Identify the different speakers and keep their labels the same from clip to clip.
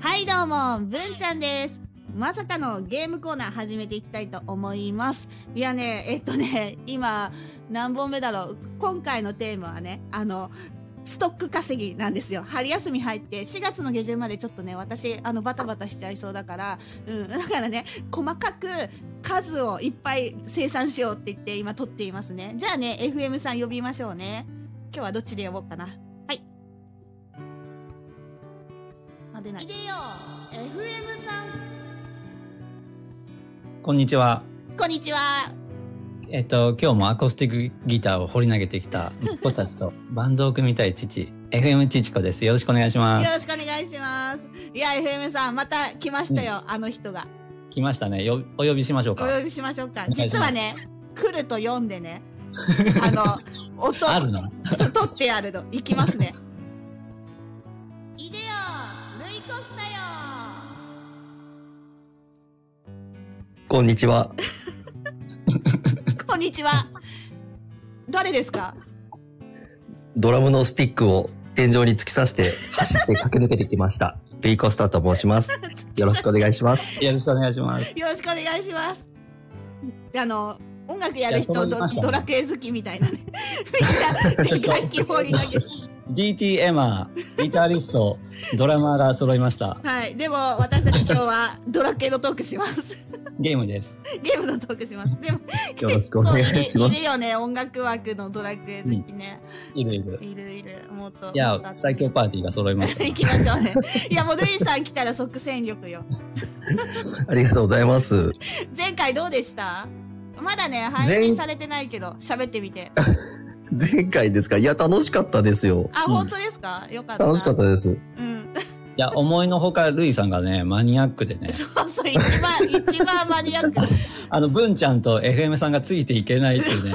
Speaker 1: はいどうも、文ちゃんです。まさかのゲームコーナー始めていきたいと思います。いやね、えっとね、今、何本目だろう。今回のテーマはね、あの、ストック稼ぎなんですよ。春休み入って、4月の下旬までちょっとね、私、あの、バタバタしちゃいそうだから、うん、だからね、細かく数をいっぱい生産しようって言って今撮っていますね。じゃあね、FM さん呼びましょうね。今日はどっちで呼ぼうかな。はい。あ、出ない。いでよ、FM さん。
Speaker 2: こんにちは。
Speaker 1: こんにちは。
Speaker 2: えっと、今日もアコースティックギターを掘り投げてきた息子たちとバンドを組みたい父、FM ちちこです。よろしくお願いしま
Speaker 1: よ
Speaker 2: す。
Speaker 1: ろしくお願いします。いや、FM さん、また来ましたよ、あの人が。
Speaker 2: 来ましたね。よお呼びしましょう
Speaker 1: お
Speaker 2: か。
Speaker 1: 呼びしましょうか。
Speaker 2: お願いし
Speaker 1: 実
Speaker 2: ま
Speaker 1: は
Speaker 2: す
Speaker 1: ね、来ると読んで ね、あの、音、
Speaker 2: あるな。
Speaker 1: す取ってやるの。いきますね。いでよ、ルイコスだ
Speaker 3: こんにちは。
Speaker 1: よ。 こんにちは。誰ですか
Speaker 3: ドラムのスティックを天井に突き刺して走って駆け抜けてきました。ルイコスターと申します。よろしくお願いします。
Speaker 2: よろしくお願いします。
Speaker 1: よろしくお願いします。あの、音楽やる人、
Speaker 2: いや止まり
Speaker 1: ド
Speaker 2: ましたね
Speaker 1: ドラクエ好きみたいなね。みんな、楽器放り投げ
Speaker 2: DT エマー、ギタリスト、ドラマーが揃いました。
Speaker 1: はい。でも、私たち今日はドラクエのトークします。
Speaker 2: ゲームです。
Speaker 1: ゲームのトークします。でも、
Speaker 3: よろしくお願いし
Speaker 1: そう
Speaker 3: ま
Speaker 1: ね
Speaker 3: す。
Speaker 1: るよね、音楽枠のドラクエ好きね。
Speaker 2: いるいる。
Speaker 1: いるいる、もっと。
Speaker 2: い
Speaker 1: も
Speaker 2: や
Speaker 1: っ、と
Speaker 2: 最強パーティーが揃いました。
Speaker 1: 行きましょうね。いや、もうルイさん来たら即戦力よ。
Speaker 3: ありがとうございます。
Speaker 1: 前回どうでしたまだね、配信されてないけど、喋ってみて。
Speaker 3: 前回ですかいや、楽しかったですよ。
Speaker 1: あ、
Speaker 2: うん
Speaker 1: 本当ですかよかった。
Speaker 3: 楽しかったです。
Speaker 1: うん。
Speaker 2: いや、思いのほか、ルイさんがね、マニアックでね、
Speaker 1: そうそう、一番、一番マニアッ ク。
Speaker 2: あの、文ちゃんと FM さんがついていけないっていうね、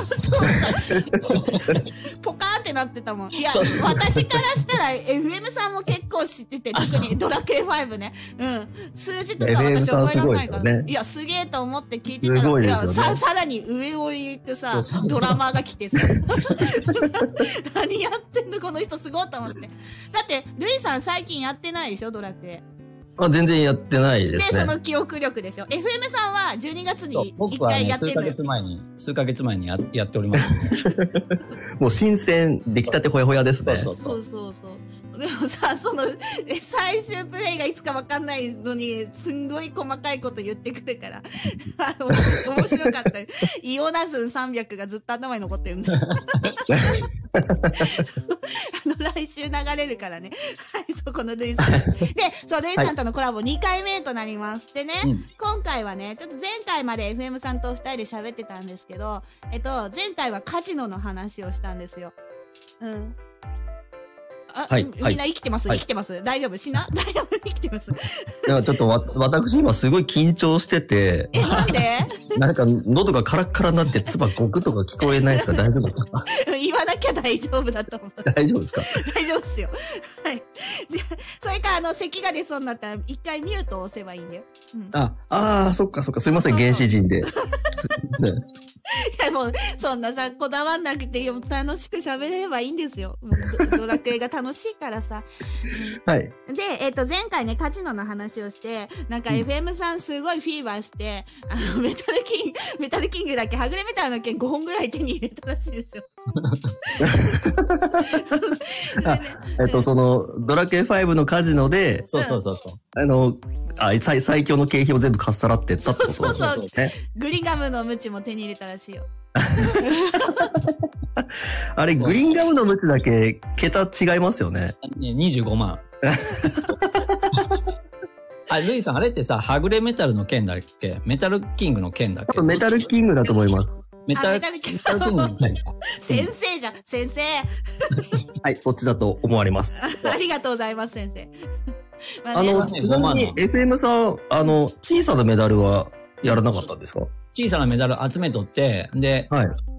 Speaker 1: ポカーってなってたもん。いや、私からしたら、FM さんも結構知ってて、特にドラクエ5ね。うん。数字とか私
Speaker 3: FM さん
Speaker 1: 覚えられないか
Speaker 3: すごいで
Speaker 1: ら。
Speaker 3: すよね
Speaker 1: いや、すげえと思って聞いてたら、
Speaker 3: すごいですよね
Speaker 1: やさ、さらに上を行くさ
Speaker 2: そ、
Speaker 1: ドラマーが来てさ。 何やってんのこの人すごいと思って。だって、ルイさん最近やってないでしょドラクエ。
Speaker 3: あ、全然やってない
Speaker 1: で、
Speaker 3: です
Speaker 1: そ
Speaker 3: ね。
Speaker 1: の記憶力でしょ FM さんは12月
Speaker 2: そう
Speaker 1: に一
Speaker 2: 僕は
Speaker 1: 回や
Speaker 2: ね、
Speaker 1: ってる
Speaker 2: 数
Speaker 1: の
Speaker 2: ヶ
Speaker 1: よ。
Speaker 2: 月前に、数ヶ月前にややっております。
Speaker 3: もう新鮮、出来たてほやほやですね。
Speaker 2: そう
Speaker 1: そうそうそう。でもさ、その、え最終プレイがいつかわかんないのに、すんごい細かいこと言ってくるから、 あの、面白かった。イオナズン300がずっと頭に残ってるん だ。あの、来週流れるからね。はい、そこのルイさん。で、そう、ルイさんとのコラボ2回目となります。でね、
Speaker 2: うん
Speaker 1: 今回はね、ちょっと前回まで FM さんとお二人で喋ってたんですけど、えっと、前回はカジノの話をしたんですよ。うん。あ、
Speaker 3: はい
Speaker 1: み
Speaker 3: はい
Speaker 1: みんな生きてます、
Speaker 3: はい
Speaker 1: 生きてます。大丈夫しな大丈夫生きてます。
Speaker 3: だからちょっとわ、私今すごい緊張してて、
Speaker 1: え、なんで
Speaker 3: なんか喉がカラッカラになって、唾ゴクとか聞こえないですか大丈夫ですか
Speaker 1: 言わなきゃ大丈夫だと思う。
Speaker 3: 大丈夫ですか
Speaker 1: 大丈夫っすよ。はい。でそれから、あの、咳が出そうになったら、一回ミュートを押せばいいんだよ。うん。
Speaker 3: あ、ああ、そっかそっか。すいません、原始人で。すいません
Speaker 1: いやもう、そんなさ、こだわんなくていいよ、楽しく喋れればいいんですよ。もうドドラクエが楽しいからさ。
Speaker 3: はい。
Speaker 1: で、えっ、と、前回ね、カジノの話をして、なんか FM さんすごいフィーバーして、あの、メタルキング、メタルキングだっけ、はぐれメタルの剣5本ぐらい手に入れたらしいです よ。でね
Speaker 3: えっと、その、ドラクエ5のカジノで、
Speaker 2: そうそうそうそう。
Speaker 3: あの、あ最最強の景品を全部かっさらってったってこと
Speaker 1: そうそう
Speaker 3: ね。
Speaker 1: グリガムのムチも手に入れたらしいよ。
Speaker 3: あれ、グリーンガムのムチだけ、桁違いますよね。
Speaker 2: ね25万。あ、ルイさん、あれってさ、はぐれメタルの剣だっけメタルキングの剣だっ
Speaker 3: 多
Speaker 2: け
Speaker 3: 分メタルキングだと思います。
Speaker 2: メタ
Speaker 1: あ
Speaker 2: ル
Speaker 1: メタルキング
Speaker 2: メタルキングの剣か。
Speaker 1: 先生じゃん、先生。
Speaker 3: はい、そっちだと思われます。
Speaker 1: ありがとうございます、先生。ま
Speaker 3: あ
Speaker 1: ね
Speaker 3: の、ちなみに、FM さん、あの、小さなメダルは、やらなかったんですかは
Speaker 2: 小さなメダル集めとって、で、
Speaker 3: い。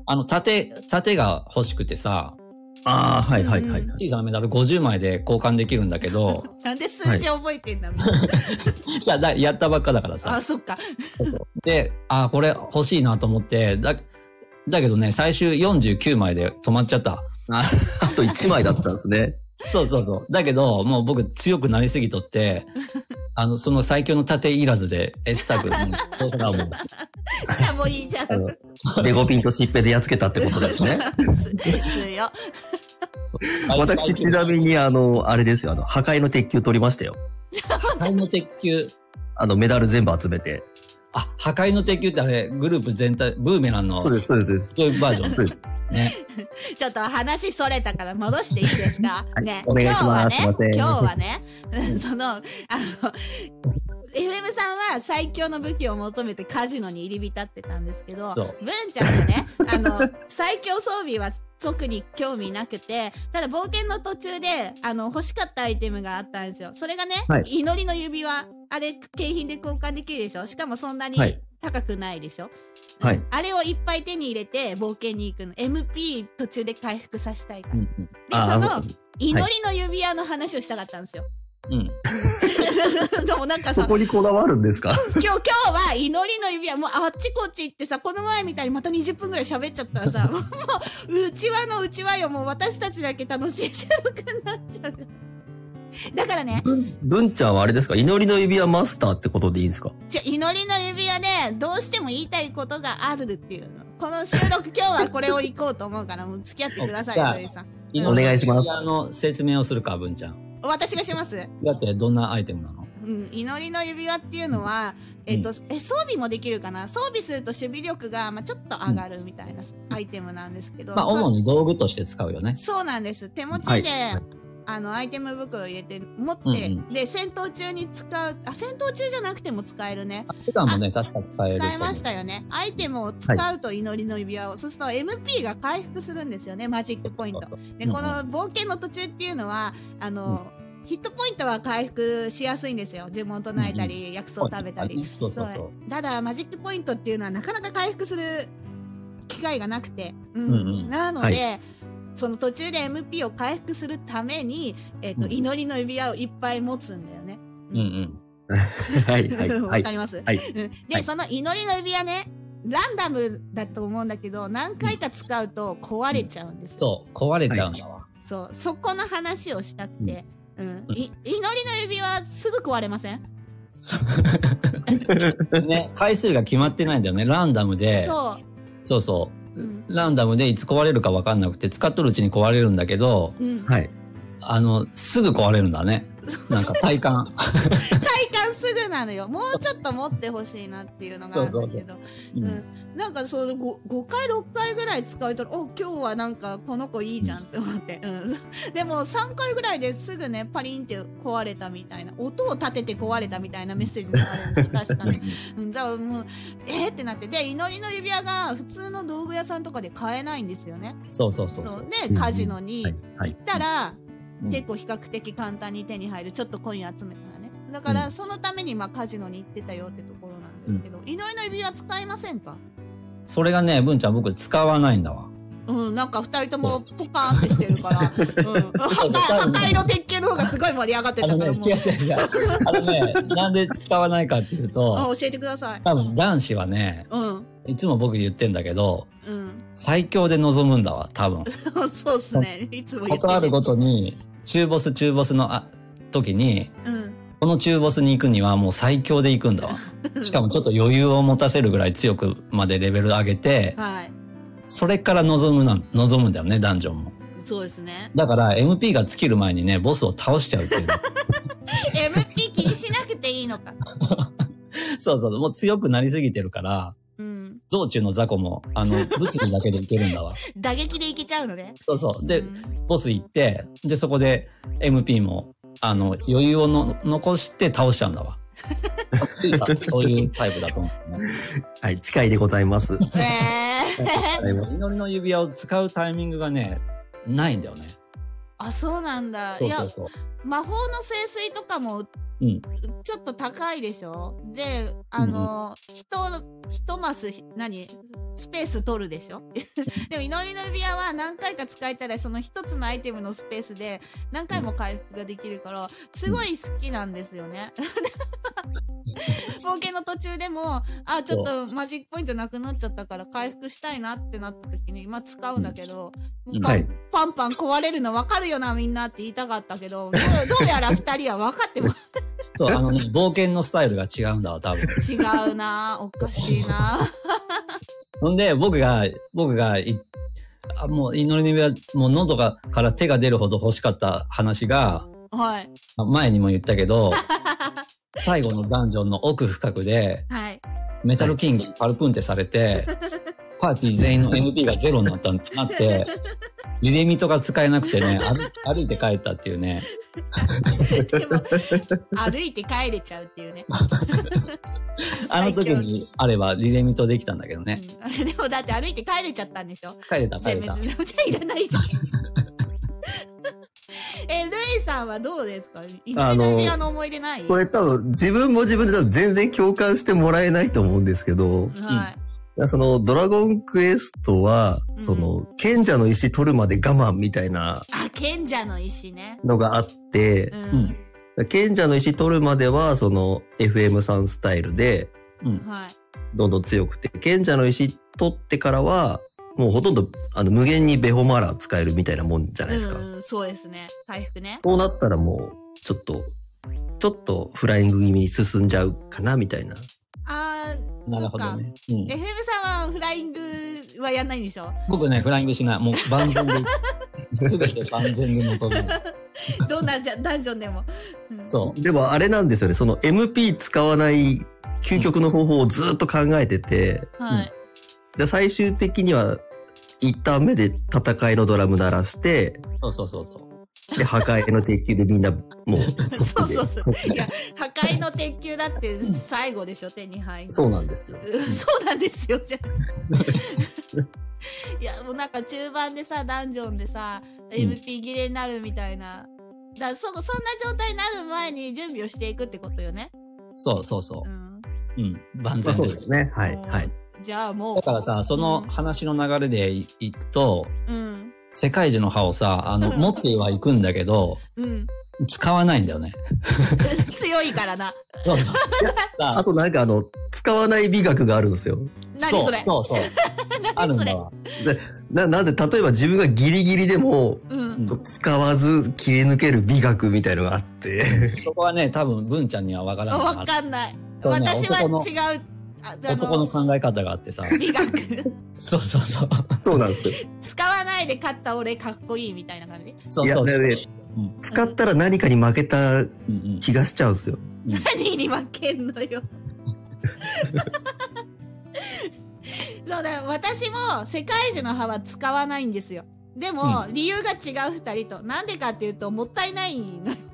Speaker 2: あの、盾、盾が欲しくてさ、
Speaker 3: ああ、はいはいはい。
Speaker 2: 小さなメダル50枚で交換できるんだけど、
Speaker 1: なんで数字覚えてんだ、みんな
Speaker 2: じゃあ、だやったばっかだからさ
Speaker 1: あ、。そっか。
Speaker 2: で、あ、これ欲しいなと思って、だ、だけどね、最終49枚で止まっちゃった。
Speaker 3: ああと1枚だったんですね。
Speaker 2: そうそうそう。だけど、もう僕強くなりすぎとって、あの、その最強の盾いらずで、エスタグ、そうだもん。
Speaker 1: じゃあもういいじゃん。
Speaker 3: あの、デゴピンとシッペでやっつけたってことです ね。
Speaker 1: 強。
Speaker 3: 私、ちなみに、あの、あれですよ、あの、破壊の鉄球取りましたよ。
Speaker 2: 破壊の鉄球。
Speaker 3: あの、メダル全部集めて。
Speaker 2: あ、破壊の鉄球ってあれ、グループ全体、ブーメランの、
Speaker 3: そ
Speaker 2: そ
Speaker 3: うです、そうです、そうです。
Speaker 2: ういうバージョン
Speaker 3: そうです。
Speaker 2: ね。
Speaker 1: ちょっと話それたから戻していいです か、
Speaker 3: い
Speaker 1: ね。
Speaker 3: お願いします
Speaker 1: 今日はね、今
Speaker 3: すいません
Speaker 1: 日はね、 その、あの、FM さんは最強の武器を求めてカジノに入り浸ってたんですけど、
Speaker 2: そう
Speaker 1: ブンちゃんは ね、あの、最強装備は特に興味なくて、ただ冒険の途中で、あの、欲しかったアイテムがあったんですよ。それがね、
Speaker 3: はい
Speaker 1: 祈りの指輪、あれ、景品で交換できるでしょしかもそんなに
Speaker 3: はい
Speaker 1: 高くないでしょ、
Speaker 3: はい。
Speaker 1: あれをいっぱい手に入れて冒険に行くの。MP 途中で回復させたいから。
Speaker 2: う
Speaker 1: で、
Speaker 2: ん
Speaker 3: あ
Speaker 1: その
Speaker 3: あ、
Speaker 1: 祈りの指輪の話をしたかったんですよ。
Speaker 2: うん。うん。
Speaker 1: でもなんか
Speaker 3: そ
Speaker 1: さ、
Speaker 3: こにこだわるんですか
Speaker 1: 今日、今日は祈りの指輪、もうあっちこっち行ってさ、この前みたいにまた20分ぐらい喋っちゃったらさ、もう、うちわのうちわよ、もう私たちだけ楽しい収録になっちゃうから。だからね、
Speaker 3: 文ちゃんはあれですか祈りの指輪マスターってことでいいん ですか
Speaker 1: じゃ祈りの指輪でどうしても言いたいことがあるっていうの。この収録今日はこれを行こうと思うから、もう付き合ってください、
Speaker 2: じゃあ
Speaker 1: おじさん。
Speaker 3: お願いします
Speaker 2: あの、説明をするか、文ちゃん。
Speaker 1: 私がします。
Speaker 2: だって、どんなアイテムなの
Speaker 1: うん、祈りの指輪っていうのは、えっとえ装備もできるかな装備すると守備力が、まあ、ちょっと上がるみたいなアイテムなんですけど、
Speaker 2: まあ、
Speaker 1: そ
Speaker 2: 主に道具として使うよね。
Speaker 1: そうなんです手持ちで、あのアイテム袋入れて持って、
Speaker 2: うん
Speaker 1: で戦闘中に使うあ戦闘中じゃなくても使えるね
Speaker 2: 普段もね、確か使えると思う。
Speaker 1: 使えましたよねアイテムを使うと祈りの指輪を、そうすると MP が回復するんですよねマジックポイント
Speaker 2: そうそう
Speaker 1: でこの冒険の途中っていうのはあの、ヒットポイントは回復しやすいんですよ呪文唱えたり、薬草食べたり、。
Speaker 2: そうそうそ
Speaker 1: そう
Speaker 2: う。
Speaker 1: ただマジックポイントっていうのはなかなか回復する機会がなくて、うん
Speaker 2: うんうん
Speaker 1: なので、
Speaker 3: はい
Speaker 1: その途中で MP を回復するために、えっと
Speaker 2: うん
Speaker 1: 祈りの指輪をいっぱい持つんだよね。
Speaker 2: うんうん。
Speaker 3: はい、 はい、
Speaker 1: わ、
Speaker 3: はい
Speaker 1: か。ります、
Speaker 3: はい
Speaker 1: うんで、
Speaker 3: はい
Speaker 1: その祈りの指輪ねランダムだと思うんだけど何回か使うと壊れちゃうんですよ、
Speaker 2: そう、壊れちゃうんだわ。
Speaker 1: そうそこの話をしたくて、うんい祈りの指輪すぐ壊れません、
Speaker 2: ね、回数が決まってないんだよね。ランダムで。
Speaker 1: そ、
Speaker 2: そうそう
Speaker 1: うん
Speaker 2: う。ランダムでいつ壊れるか分かんなくて、使っとるうちに壊れるんだけど、
Speaker 1: うん、
Speaker 3: はい。
Speaker 2: あの、すぐ壊れるんだ ね。なんか体感。
Speaker 1: 体感すぐなのよ。もうちょっと持ってほしいなっていうのがあるんだけど。
Speaker 2: うん
Speaker 1: うん。なんかそう、5, 5回、6回ぐらい使うと、お、今日はなんかこの子いいじゃんって思って。うん。 でも3回ぐらいですぐね、パリンって壊れたみたいな、音を立てて壊れたみたいなメッセージもあるんですよ、確 かに。うん。だからもう、えー、ってなって。で、祈りの指輪が普通の道具屋さんとかで買えないんですよね。
Speaker 2: そうそうそうそ
Speaker 1: そうう。で、カジノに
Speaker 3: はい、
Speaker 1: 行
Speaker 3: はい
Speaker 1: っ。たら、
Speaker 2: うん
Speaker 1: 結構比較的簡単に手に入るちょっとコイン集めたらねだから
Speaker 3: う
Speaker 1: そのためにまあカジノに行ってたよってところなんですけど、祈りの指輪使いませんか
Speaker 2: それがね、文ちゃん僕使わないんだわ。
Speaker 1: うん、なんか二人ともポカーンってしてる から、うん、破壊破壊の鉄球の方がすごい盛り上がって
Speaker 2: あ
Speaker 1: た
Speaker 2: の
Speaker 1: か
Speaker 2: ね、
Speaker 1: ら
Speaker 2: 違う
Speaker 1: もう
Speaker 2: 違う違 う。あのね、なんで使わないかっていう
Speaker 1: あ
Speaker 2: と、
Speaker 1: 教えてください
Speaker 2: 多分男子はね、
Speaker 1: うん
Speaker 2: いつも僕言ってんだけど、
Speaker 1: うん
Speaker 2: 最強で望むんだわ、多分。
Speaker 1: そうっすねいつも言
Speaker 2: こ
Speaker 1: って
Speaker 2: とあるご
Speaker 1: る
Speaker 2: とに、中ボス中ボスのあ時に、
Speaker 1: うん
Speaker 2: この中ボスに行くにはもう最強で行くんだわ。しかもちょっと余裕を持たせるぐらい強くまでレベル上げて、
Speaker 1: はい
Speaker 2: それから望むな、望むんだよね、ダンジョンも。
Speaker 1: そうですね
Speaker 2: だから MP が尽きる前にね、ボスを倒しちゃうっていう。
Speaker 1: MP 気にしなくていいのか
Speaker 2: そうそう、もう強くなりすぎてるから、
Speaker 1: うん
Speaker 2: 道中の雑魚も、あの、物理だけでいけるんだわ。
Speaker 1: 打撃でいけちゃうので
Speaker 2: そうそう。
Speaker 1: う
Speaker 2: で、
Speaker 1: ん
Speaker 2: ボス行って、で、そこで MP も、あの、余裕をの残して倒しちゃうんだわ。そういうタイプだと思う、ね。
Speaker 3: はい、近いでございます。
Speaker 1: えー、
Speaker 3: ございます
Speaker 2: 祈りの指輪を使うタイミングがね、ないんだよね。
Speaker 1: あそうなんだ
Speaker 2: そう
Speaker 1: いや
Speaker 2: そうそう。
Speaker 1: 魔法の聖水とかも、
Speaker 2: うん
Speaker 1: ちょっと高いでしょで、あの、人、一マス、何スペース取るでしょ でも、祈りの指輪は何回か使えたら、その一つのアイテムのスペースで何回も回復ができるから、すごい好きなんですよね。冒険の途中でも、あ、ちょっとマジックポイントなくなっちゃったから回復したいなってなった時に、まあ使うんだけど、
Speaker 2: うん
Speaker 1: パン
Speaker 3: はい
Speaker 1: パンパン壊れるの分かるよな、みんなって言いたかったけど、どうどうやら二人は分かってます。
Speaker 2: そう、あの ね、冒険のスタイルが違うんだわ、多分。
Speaker 1: 違うなおかしいな
Speaker 2: ほんで、僕が、僕がい、あもう、祈りの指輪、もう喉がから手が出るほど欲しかった話が、
Speaker 1: はい。
Speaker 2: 前にも言った けど、最後のダンジョンの奥深くで、
Speaker 1: はい。
Speaker 2: メタルキングにパルプンテされ て、パーティー全員の MP がゼロになったんな って、リレミとか使えなくてね、歩歩いて帰ったっていうね。
Speaker 1: でも、歩いて帰れちゃうっていうね。
Speaker 2: あの
Speaker 1: 最
Speaker 2: 時
Speaker 1: 強
Speaker 2: にあればリレミとできたんだけどね。
Speaker 1: うんでもだって歩いて帰れちゃったんでしょ
Speaker 2: 帰れた、帰
Speaker 1: 全
Speaker 2: れ
Speaker 1: 滅
Speaker 2: た。
Speaker 1: でもじゃあいらない じゃん。え、ルイさんはどうですかいじ
Speaker 3: あの
Speaker 1: め部屋の思い出ない
Speaker 3: これ多分自分も自分で多分全然共感してもらえないと思うんですけど、
Speaker 1: はい。
Speaker 3: そのドラゴンクエストは、
Speaker 1: ん
Speaker 3: その賢者の石取るまで我慢みたいな
Speaker 1: あ、賢者の石ね。
Speaker 3: のがあって
Speaker 1: う、。
Speaker 2: うんん。
Speaker 3: 賢者の石取るまではその FM さんスタイルで
Speaker 2: うん。
Speaker 1: はい。
Speaker 3: どんどん強くて、賢者の石取ってからは、もうほとんどあの無限にベホマーラ使えるみたいなもんじゃないですか。
Speaker 1: うんうん、そうですね。回復ね。
Speaker 3: そうなったらもう、ちょっと、ちょっとフライング気味に進んじゃうかな、みたいな。
Speaker 1: あー、
Speaker 2: なるほどね。うん
Speaker 1: FM さんはフライングはやんないんでしょ
Speaker 2: 僕ね、フライングしない。もう万全 で、すべて万全で臨む。
Speaker 1: どんなじゃダンジョンでも。うん
Speaker 2: そう。
Speaker 3: でもあれなんですよね、その MP 使わない究極の方法をずっと考えてて、
Speaker 1: はい。
Speaker 3: で最終的には、一旦目で戦いのドラム鳴らして、
Speaker 2: そうそうそうそう。
Speaker 3: で、破壊の鉄球でみんな、もう、
Speaker 1: そう
Speaker 3: 即で
Speaker 1: そうそう。いや、破壊の鉄球だって最後でしょ、手に入る。
Speaker 3: そうなんですよ。
Speaker 1: うんそうなんですよ、じゃあいや、もうなんか中盤でさ、ダンジョンでさ、MP 切れになるみたいな。だからそ、そんな状態になる前に準備をしていくってことよね。
Speaker 2: そうそうそう
Speaker 1: う。ん。
Speaker 2: うん、万
Speaker 3: まあ
Speaker 2: 全
Speaker 3: そう
Speaker 2: で
Speaker 3: ですす。ね。はい、はい。
Speaker 1: じゃあもう。
Speaker 2: だからさ、その話の流れでいいくと、
Speaker 1: うん。
Speaker 2: 世界樹の歯をさ、 あの、持っては行くんだけど、
Speaker 1: うん。
Speaker 2: 使わないんだよね。
Speaker 1: 強いからな。
Speaker 2: そうそう。
Speaker 3: あ
Speaker 2: さ
Speaker 3: となんかあの、使わない美学があるんですよ。
Speaker 1: 何それ
Speaker 2: そうそうそう。 あるんだわ。
Speaker 3: な、なんで、例えば自分がギリギリでも、
Speaker 1: うん。
Speaker 3: 使わず切り抜ける美学みたいのがあって。
Speaker 2: そこはね、多分、文ちゃんにはわから
Speaker 1: あ
Speaker 2: ない
Speaker 1: わかんない。
Speaker 2: そうね
Speaker 1: 私は
Speaker 2: 男の
Speaker 1: 違う。ああ
Speaker 2: 男の考え方があって さ。
Speaker 1: 美学
Speaker 2: そうそうそう。
Speaker 3: そうなんですよ。
Speaker 1: 使わないで勝った俺かっこいいみたいな感じ
Speaker 2: そう
Speaker 3: いや、
Speaker 2: そう。
Speaker 3: だね、
Speaker 2: うん
Speaker 3: 使ったら何かに負けた
Speaker 2: うんうん
Speaker 3: 気がしちゃうんですよ。
Speaker 1: 何に負けんのよ そうだ私も世界樹の葉は使わないんですよでも、理由が違う二人となんでかっていうともったいないのよ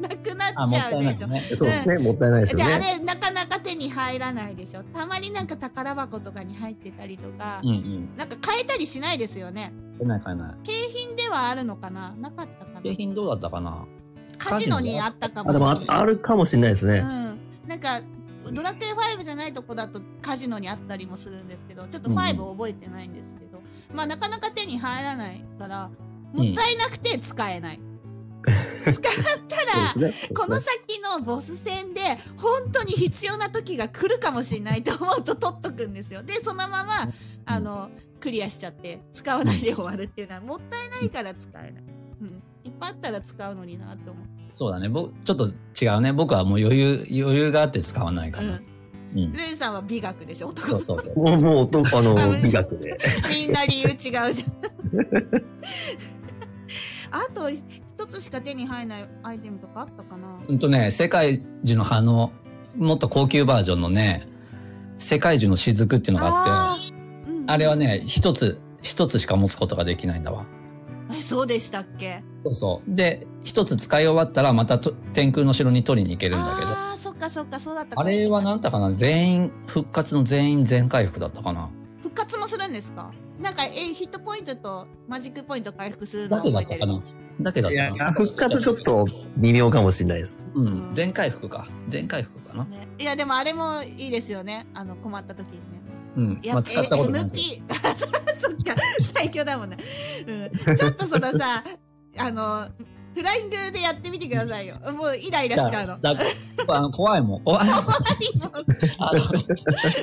Speaker 1: なくな
Speaker 2: あ、
Speaker 1: っ
Speaker 2: も
Speaker 1: ち
Speaker 2: った
Speaker 1: ゃう
Speaker 2: いな
Speaker 1: で
Speaker 2: い
Speaker 1: し
Speaker 2: よ
Speaker 1: ょ
Speaker 2: ね。
Speaker 3: そうですね。もったいないです
Speaker 1: で
Speaker 3: よ
Speaker 1: あ
Speaker 3: ね。
Speaker 1: れなかなか手に入らないでしょたまになんか宝箱とかに入ってたりとか、
Speaker 2: うんうん。
Speaker 1: なんか買えたりしないですよね
Speaker 2: 買えない買えない。
Speaker 1: 景品ではあるのかななかったかな
Speaker 2: 景品どうだったかな
Speaker 1: カジノにあったかも
Speaker 3: あ、でもああるかもしれないです
Speaker 1: う
Speaker 3: ね。
Speaker 1: ん。なんか、ドラクエ5じゃないとこだとカジノにあったりもするんですけど、ちょっと
Speaker 2: うん
Speaker 1: 5覚えてないんですけど、まあなかなか手に入らないから、もったいなくて使え ない。使ったら、
Speaker 3: そうですね。
Speaker 1: この先のボス戦で本当に必要な時が来るかもしれないと思うと取っとくんですよ。で、そのまま、あの、クリアしちゃって使わないで終わるっていうのはもったいないから使えない。うん。いっぱいあったら使うのになって思う。
Speaker 2: そうだね。僕、ちょっと違うね。僕はもう余裕、余裕があって使わないか
Speaker 1: う
Speaker 2: な。
Speaker 1: ん。
Speaker 2: うん。
Speaker 1: ルイさんは美学でしょ男
Speaker 2: そうそうそう。
Speaker 3: もう、もう、とあの
Speaker 1: あ無、理
Speaker 3: 美学で。
Speaker 1: みんな理由違うじゃん。 あと一つしか手に入らないアイテムとかあったかな
Speaker 2: うんとね、世界樹の葉の、もっと高級バージョンのね、世界樹の雫っていうのがあって、
Speaker 1: ーうん
Speaker 2: あれはね、一つ、一つしか持つことができないんだわ。
Speaker 1: えそうでしたっけ
Speaker 2: そうそう。で、一つ使い終わったら、またと天空の城に取りに行けるんだけど、
Speaker 1: ああそっかそっかそうだった
Speaker 2: あれは
Speaker 1: な
Speaker 2: なんだかな全員、復活の全員全回復だったかな。
Speaker 1: 復活もするんですかなんかえヒットポイントとマジックポイント回復するの
Speaker 2: だ
Speaker 1: を
Speaker 2: け
Speaker 1: 覚えて
Speaker 2: だっ
Speaker 1: る
Speaker 2: たかなだけだっ
Speaker 3: い
Speaker 2: た
Speaker 3: や
Speaker 2: か、な
Speaker 3: 復活ちょっと微妙かもしれないです。
Speaker 2: うん、全回復か。全回復かな。
Speaker 1: ね、いやでもあれもいいですよねあの困った時にね
Speaker 2: うん
Speaker 1: い。や、
Speaker 2: まあ、使ったことないけど。
Speaker 1: え MP あ そそっか最強だもんね、うん、ちょっとそのさ あのフライングでやってみてくださいよもうイライラしちゃう の
Speaker 2: だだあの怖いもん。怖いもん。あの、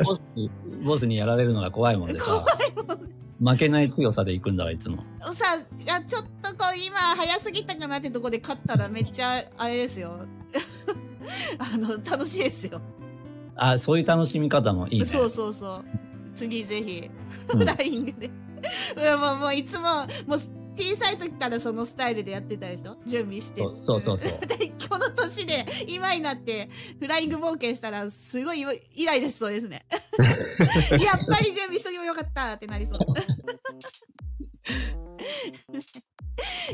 Speaker 2: ボスに、ボスにやられるのが怖いもんでさ。負けない強さで行くんだわ、いつも。
Speaker 1: さあちょっとこう今早すぎたかなってとこで勝ったらめっちゃあれですよ あの、楽しいですよ。
Speaker 2: あ、そういう楽しみ方もいいね。
Speaker 1: そうそうそう。次ぜひ、
Speaker 2: うん
Speaker 1: LINE で。いやもう、もういつも、もう小さい時からそのスタイルでやってたでしょ準備して。
Speaker 2: そうそうそう。
Speaker 1: で この年で、今になって、フライング冒険したら、すごいイライラしそうです ね。やっぱり準備しとけばよかったってなりそう。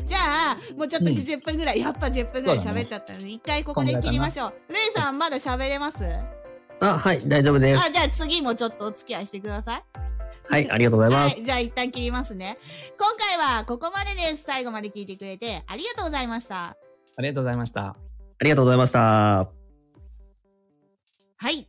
Speaker 1: じゃあ、もうちょっと
Speaker 2: うん
Speaker 1: 10分ぐらい、やっぱ10分ぐらい喋っちゃったので、一回ここで切りましょう。レイさんまだ喋れますあ、
Speaker 3: あ、はい、大丈夫です。
Speaker 1: じゃあ次もちょっとお付き合いしてください。
Speaker 3: はい、ありがとうございま
Speaker 1: は
Speaker 3: す
Speaker 1: い、。じゃあ一旦切りますね。今回はここまでです。最後まで聞いてくれてありがとうございました。
Speaker 2: ありがとうございました。
Speaker 3: ありがとうございました。
Speaker 1: はい。